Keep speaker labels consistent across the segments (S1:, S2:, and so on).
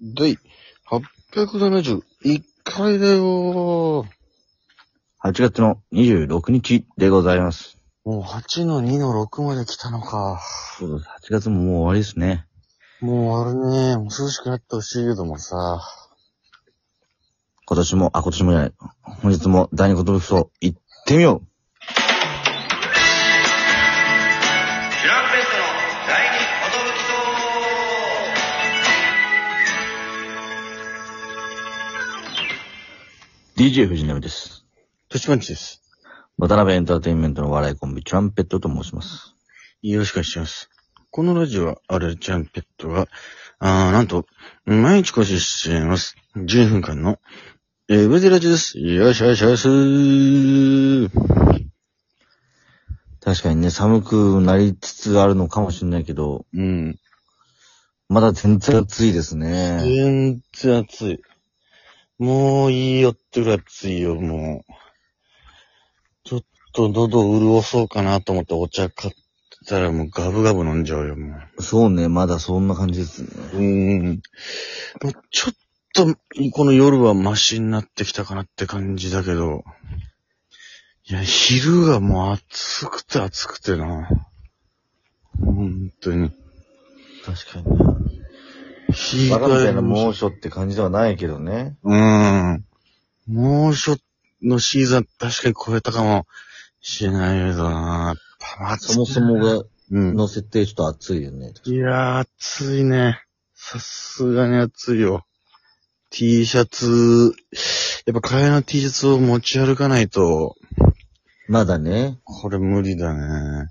S1: 第871回だよー。
S2: 8月の26日でございます。
S1: もう8の2の6まで来たのか。
S2: そうです。8月ももう終わりですね。
S1: もうあれね、もう涼しくなってほしいけどもさ。
S2: 今年も、あ、今年もじゃない。本日も第二言武装行ってみよ
S3: チュランペットの第二驚き
S2: う !DJ 藤波です。
S1: としまんちです。
S2: 渡辺エンターテインメントの笑いコンビ、チュランペットと申します。
S1: よろしくお願いします。このラジオは、あれちゃんペットが、あー、なんと、毎日更新しています。12分間の、えー、ウェデラジオです。よろしくお願いします。う
S2: 確かにね、寒くなりつつあるのかもしれないけど、
S1: ん。
S2: まだ全然暑いですね。
S1: 全然暑い。もういいよってぐらい暑いよ、もう。ちょっと喉潤そうかなと思ってお茶買ったらもうガブガブ飲んじゃうよ、も
S2: そうね、まだそんな感じですね。
S1: う。うん。もうちょっと、この夜はマシになってきたかなって感じだけど。いや、昼がもう暑くて暑くてな。本当に。
S2: 確かにね。
S1: 昼
S2: バカみたいな猛暑って感じではないけどね。
S1: うーん。猛暑のシーズン確かに超えたかもしれないけどな。やっぱ暑い
S2: そもそもが、
S1: うん。
S2: の設定ちょっと暑いよね。
S1: いやー、暑いね。さすがに暑いよ。T シャツ、やっぱ替えの T シャツを持ち歩かないと、
S2: まだね。
S1: これ無理だね。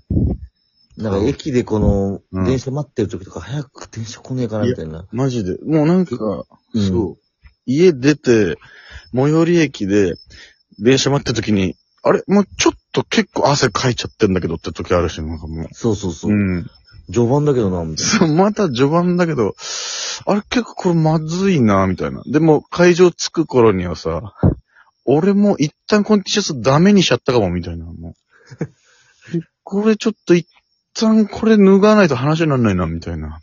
S2: なんか駅でこの、
S1: うん
S2: 電車待ってる時とか早く電車来ねえかなみたいな。
S1: マジで。もうなんか、
S2: うん
S1: そう。家出て、最寄り駅で、電車待ってる時に、あれもうちょっと結構汗かいちゃってんだけどって時あるし、なんかもう。
S2: そうそうそうう。
S1: ん。
S2: 序盤だけどな、みたい
S1: そう、また序盤だけど、あれ結構これまずいな、みたいな。でも会場着く頃にはさ、俺も一旦この T シャツダメにしちゃったかも、みたいな。もうこれちょっと一旦これ脱がないと話にならないな、みたいな。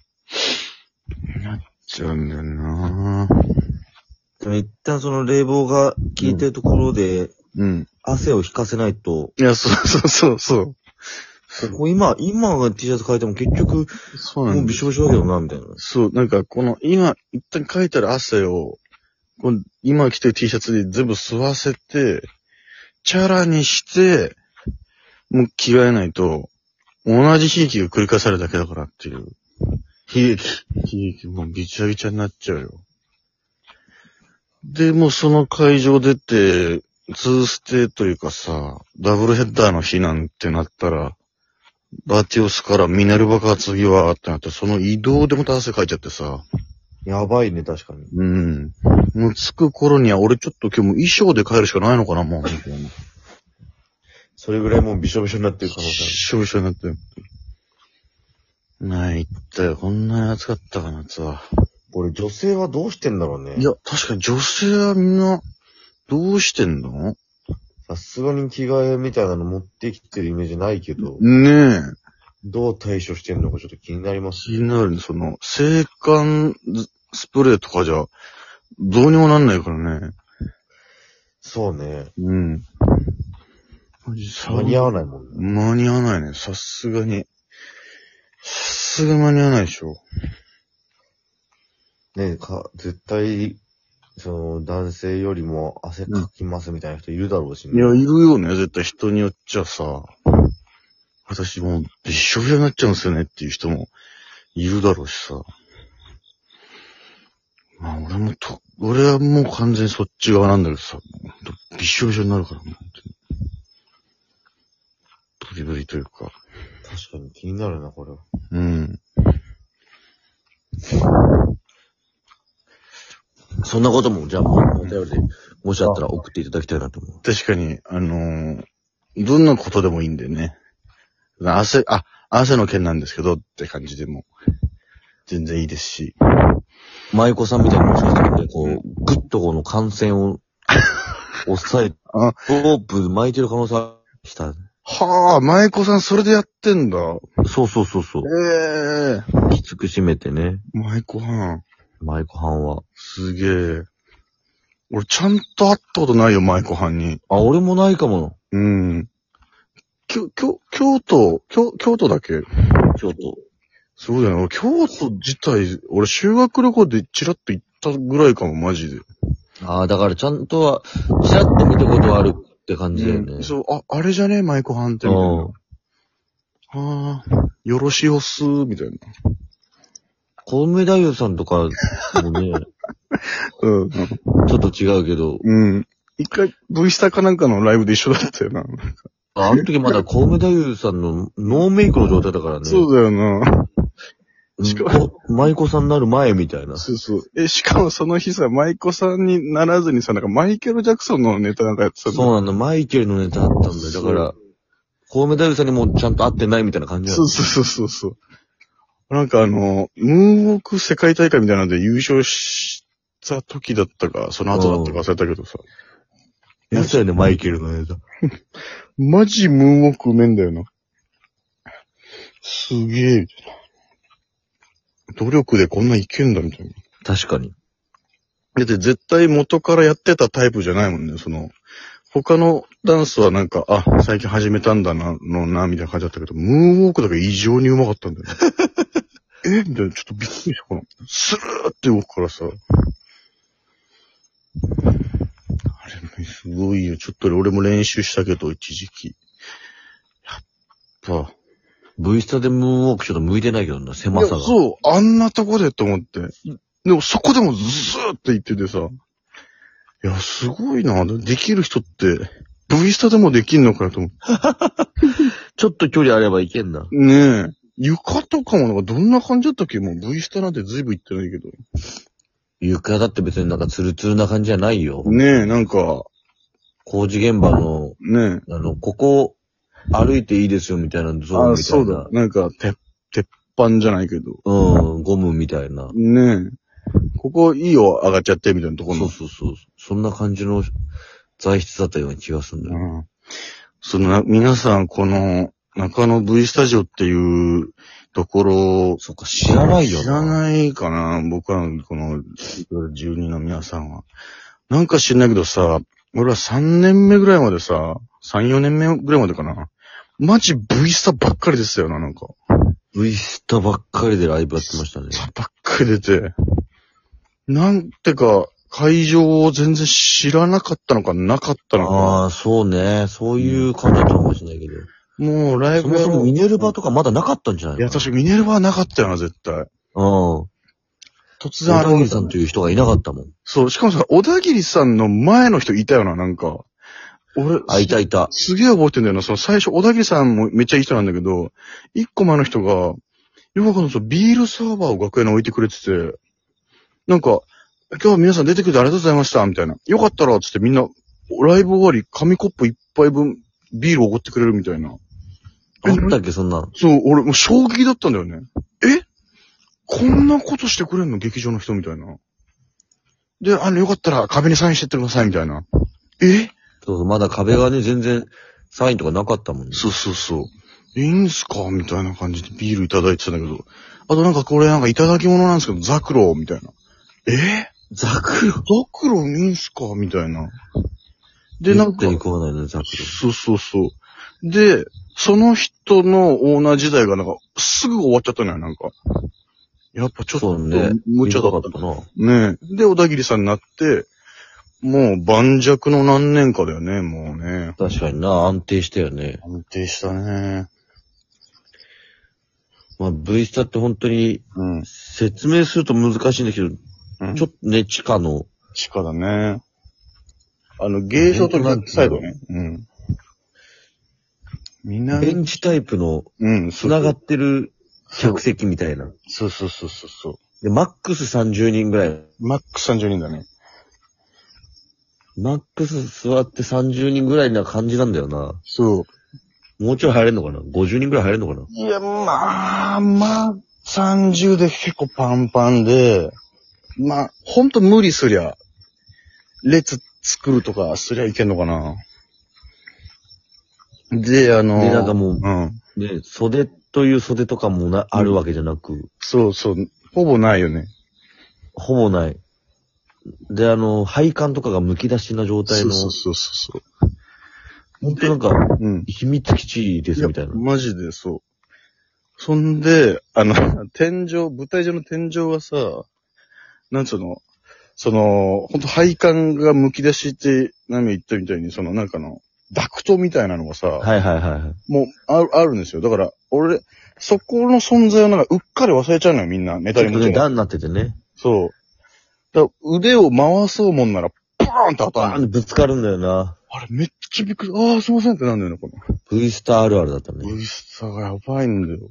S1: なっちゃうんだよな
S2: な。一旦その冷房が効いてるところで、
S1: うん。
S2: 汗を引かせないと、
S1: いや、そうそうそうそう。
S2: こう今、今が T シャツ変えても結局、
S1: そうな
S2: も
S1: ん
S2: う
S1: だ
S2: びしょびしょだけどな、みたいな。
S1: そう、なんかこの今、一旦書いてる汗を、この今着てる T シャツで全部吸わせて、チャラにして、もう着替えないと、同じ悲劇が繰り返されるだけだからっていう。悲劇。悲劇、もうびちゃびちゃになっちゃうよ。で、もうその会場出て、ツーステというかさ、ダブルヘッダーの日なんてなったら、バティオスからミネルバか次はってなって、その移動でまた汗かいちゃってさ。
S2: やばいね、確かに。
S1: うん。もう着く頃には俺ちょっと今日もう衣装で帰るしかないのかな、もう。
S2: それぐらいもうびしょびしょになってる可能性
S1: しょびしょになって。ないったよ。こんなに暑かったかな、夏は。
S2: ある。これ女性はどうしてんだろうね
S1: いや、確かに女性はみんな、どうしてんの
S2: さすがに着替えみたいなの持ってきてるイメージないけ
S1: ね
S2: ど
S1: え。
S2: どう対処してんのかちょっと気になりま
S1: 気になるね。その、制汗スプレーとかじゃ、どうにもなんないからね。
S2: そうね。
S1: うん。マジ
S2: わないもんね。
S1: 間に合わないね。さすがに。さすがに間に合わないでしょ。
S2: ねか、絶対、その、男性よりも汗かきますみたいな人いるだろうし
S1: い
S2: ね。
S1: や、いるよね。絶対人によっちゃさ、私もうびっしょびしょになっちゃうんですよねっていう人もいるだろうしさ。まあ俺もと、俺はもう完全にそっち側なんだけどさ、もうほんとびっしょびしょになるから、もう本当に。ブリブリというか。
S2: 確かに気になるな、これは。
S1: うん。
S2: そんなことも、じゃあ、お便りで、もしあったら送っていただきたいなと思う。
S1: 確かに、あのーどんなことでもいいんでね。汗、あ、汗の件なんですけどって感じでも、全然いいですし。
S2: 舞妓さんみたいにもしかしたらね、こう、ぐっとこの感 染を、抑え、
S1: あ
S2: ロープ巻いてる可能性が来た。
S1: はあ、舞妓さんそれでやってんだ。
S2: そうそうそうそう。
S1: ええ
S2: きつく締めてね。
S1: 舞妓はん。
S2: 舞妓はんは。
S1: すげえ。俺ちゃんと会ったことないよ、舞妓はんに。
S2: あ、俺もないかも。
S1: うん。きょ、きょ、京都、京、京都だっけ
S2: 京都。
S1: そうだよね。俺京都自体、俺修学旅行でチラッと行ったぐらいかも、マジで。
S2: ああ、だからちゃんとは、ちらっと見たことはあるって感じだよね。
S1: うんそう、あ、あれじゃねえ、舞妓はんって、みたいな。ああ、よろしおっす、みたいな。
S2: 小梅太夫さんとかもね、
S1: うん。
S2: ちょっと違うけど、
S1: うん。一回、V スタかなんかのライブで一緒だったよな。
S2: ああの時まだ小梅太夫さんのノーメイクの状態だからね。
S1: そうだよな。
S2: うん
S1: しかも
S2: こ舞妓さんになる前みたいな。
S1: そうそう。え、しかもその日さ、舞妓さんにならずにさ、なんかマイケル・ジャクソンのネタなんかやってたんだ
S2: そうなんだ、マイケルのネタあったんだよ。だから、小梅太夫さんにもちゃんと会ってないみたいな感じだ
S1: そうそうそうそうそう。なんかあの、ムーンウォーク世界大会みたいなので優勝した時だったか、その後だったか忘れたけどさ、
S2: やつやね、マイケルのネタ。
S1: マジムーンウォークうめえんだよな。すげえ。努力でこんないけんだみたいな。
S2: 確かに。
S1: だって絶対元からやってたタイプじゃないもんね、その、他のダンスはなんか、あ、最近始めたんだな、のな、みたいな感じだったけど、ムーンウォークだけ異常に上手かったんだよね。えみたいな、ちょっとびっくりしたこの、スルーって動くからさ。あれもすごいよ。ちょっと俺も練習したけど、一時期。やっぱ。
S2: V スタでムーンウォークちょっと向いてないけどな、狭さ
S1: い
S2: が。
S1: やそう、あんなとこでと思って。でもそこでもずーって言っててさ。いや、すごいな。できる人って、V スタでもできんのかなと思って。
S2: ちょっと距離あればいけんな。
S1: ねえ。床とかもなんかどんな感じだったっけもう V スタなんてずいぶん行ってないけど。
S2: 床だって別になんかツルツルな感じじゃないよ。
S1: ねえ、なんか、
S2: 工事現場の、
S1: ねえ。
S2: あの、ここ、歩いていいですよみたいなゾーン
S1: あ、
S2: みた
S1: そ
S2: いうな
S1: だ。。なんか、鉄、鉄板じゃないけど。
S2: うん、ゴムみたいな。
S1: ねえ。ここいいよ、上がっちゃって、みたいなとこ
S2: そ
S1: ろ
S2: うそうそう。そんな感じの材質だったような気がするんだよ。
S1: うんそのな、皆さん、この、中野 V スタジオっていうところ、
S2: そっか、知らないよ
S1: 知ら
S2: い。
S1: ないかな僕は、この、住人の皆さんは。なんか知んないけどさ、俺は3年目ぐらいまでさ、3、4年目ぐらいまでかな。マジ V スタばっかりでしたよな、なんか。
S2: V スタばっかりでライブやってましたね。
S1: ばっかり出て。なんてか、会場を全然知らなかったのか、なかったのか。
S2: ああ、そうね。そういう感じだったのかもしれないけど。
S1: もうライ
S2: そ
S1: ブ
S2: も
S1: や
S2: そ
S1: ろ
S2: も
S1: う
S2: ミネルバとかまだなかったんじゃない
S1: いや、
S2: か
S1: 確かミネルヴァはなかったよな、絶対。
S2: なうん。
S1: 突然
S2: 小田
S1: 現
S2: 切
S1: れた
S2: さ。んという人がいなかったもん。
S1: そう、しかもさ、小田切さんの前の人いたよな、なんか。俺、
S2: あ、いたいた。
S1: すげえ覚えてんだよな。その最初、小田切さんもめっちゃいい人なんだけど、一個前の人が、よくわかんないそのビールサーバーを楽屋に置いてくれてて、なんか、今日は皆さん出てくれてありがとうございました、みたいな。よかったら、つってみんな、ライブ終わり、紙コップ一杯分、ビールをおごってくれるみたいな。
S2: あったっけ、そんなの。
S1: そう、俺もう衝撃だったんだよね。えこんなことしてくれんの劇場の人みたいな。で、あの、よかったら壁にサインしてってくださいみたいな。え
S2: そうそう、まだ壁がね、全然、サインとかなかったもんね。
S1: そうそうそう。いいんすかみたいな感じでビールいただいてたんだけど。あとなんかこれなんかいただき物なんですけど、ザクロみたいな。え
S2: ザクロ。
S1: ザクロいいんすかみたいな。で、
S2: で、
S1: な
S2: なんん
S1: か
S2: か。、食わないね、ザク
S1: そうそうそう。で、その人のオーナー時代がなんか、すぐ終わっちゃったのよ、なんか。やっぱちょ
S2: ロ。
S1: っと
S2: そうね。
S1: 無茶だっ
S2: 短
S1: た
S2: かったな。
S1: ね。ねえ。で、小田切さんになって、もう盤石の何年かだよね、もうね。
S2: 確かにな、安定したよね。
S1: 安定したね。
S2: まあ、V スタって本当に、
S1: うん。
S2: 説明すると難しいんだけど、
S1: うん
S2: ちょっとね、地下の、
S1: 地下だね。あの、芸商と逆サイドね。うん。みんな、
S2: ベンチタイプの、
S1: うん、そう
S2: 繋がってる客席みたいな。
S1: そうそうそうそうそう。
S2: で、マックス30人ぐらい。
S1: マックス30人だね。
S2: マックス座って30人ぐらいな感じなんだよな。
S1: そう。
S2: もうちょい入れんのかな ?50 人ぐらい入れんのかない
S1: や、まあ、まあ、30で結構パンパンで、まあ、ほんと無理すりゃ、列作るとかすりゃいけんのかな。で、あの、
S2: で、なんかも
S1: うん。
S2: う、ね、袖という袖とかもな、あるわけじゃなく、
S1: そうそう、ほぼないよね。
S2: ほぼない。で、あの、配管とかが剥き出しな状態
S1: そ
S2: の
S1: う、そうそうそ
S2: 本当なんか、
S1: う。うん。
S2: 秘密基地ですみたいな。
S1: マジでそう。そんで、あの、 天井、舞台上の天井がさ、なんつうの、その、ほんと配管が剥き出しって、何言ったみたいに、その、なんかの、ダクトみたいなのがさ、
S2: はいはいはいはい。
S1: もう、ある、あるんですよ。だから、俺、そこの存在をなんか、うっかり忘れちゃうのよ、みんな。ネ
S2: ち
S1: タ
S2: ょ
S1: に
S2: っと
S1: もち
S2: ね、
S1: ろん。
S2: 段になっててね。
S1: そう。だから腕を回そうもんなら、パーンと当た
S2: バー
S1: る。
S2: ンってぶつかるんだよな。
S1: あれ、めっちゃびっくり、ああ、すいませんってなんだよね、この。
S2: V スターあるあるだったね。
S1: 美味しさがやばいんだよ。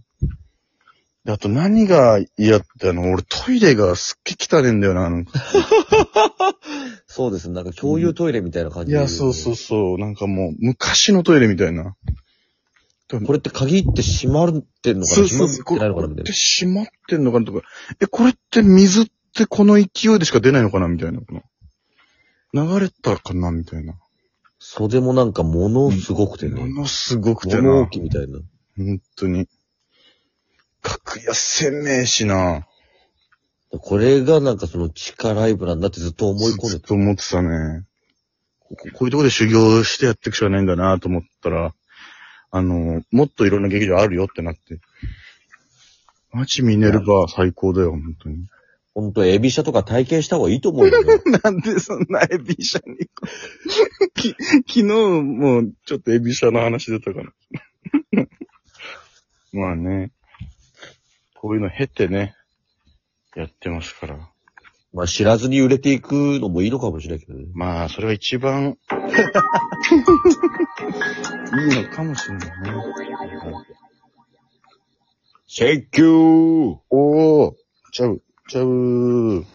S1: で、あと何が嫌ってあの、俺トイレがすっげえ汚ねえんだよな、なんか。
S2: そうですね。なんか共有トイレみたいな感
S1: い
S2: じで
S1: や、そうそうそう。なんかもう、昔のトイレみたいな。
S2: これって鍵って閉まってんのか
S1: そ
S2: な
S1: うそう
S2: 閉まっ
S1: そう。こ
S2: て
S1: れ
S2: ないのかな
S1: っ
S2: みたい
S1: て
S2: な。
S1: 閉まってんのかなとか。え、これって水ってこの勢いでしか出ないのかなみたいな。この流れたかなみたいな。
S2: 袖もなんか物すごくて
S1: も
S2: ね。
S1: のすごくて
S2: 物
S1: な。
S2: 置みたいな。
S1: 本当に。楽屋せめえしな。
S2: これがなんかその地下ライブなんだってずっと思い込ん
S1: ず
S2: で。
S1: ったと思ってたね。こここういうとこで修行してやっていくしかないんだなと思ったら、あの、もっといろんな劇場あるよってなって。マジミネルバー最高だよ、本当に。
S2: ほんとエビシャとか体験した方 がいいと思うよ。
S1: なんでそんなエビシャに。 き昨日もちょっとエビシャの話出たかな。 まあね。こういうの経てね、やってますから。
S2: まあ知らずに売れていくのもいいのかもしれないけどね。
S1: まあ、それが一番、 いいのかもしれないね。
S2: センキュー
S1: おー、ちゃう、ちゃうー。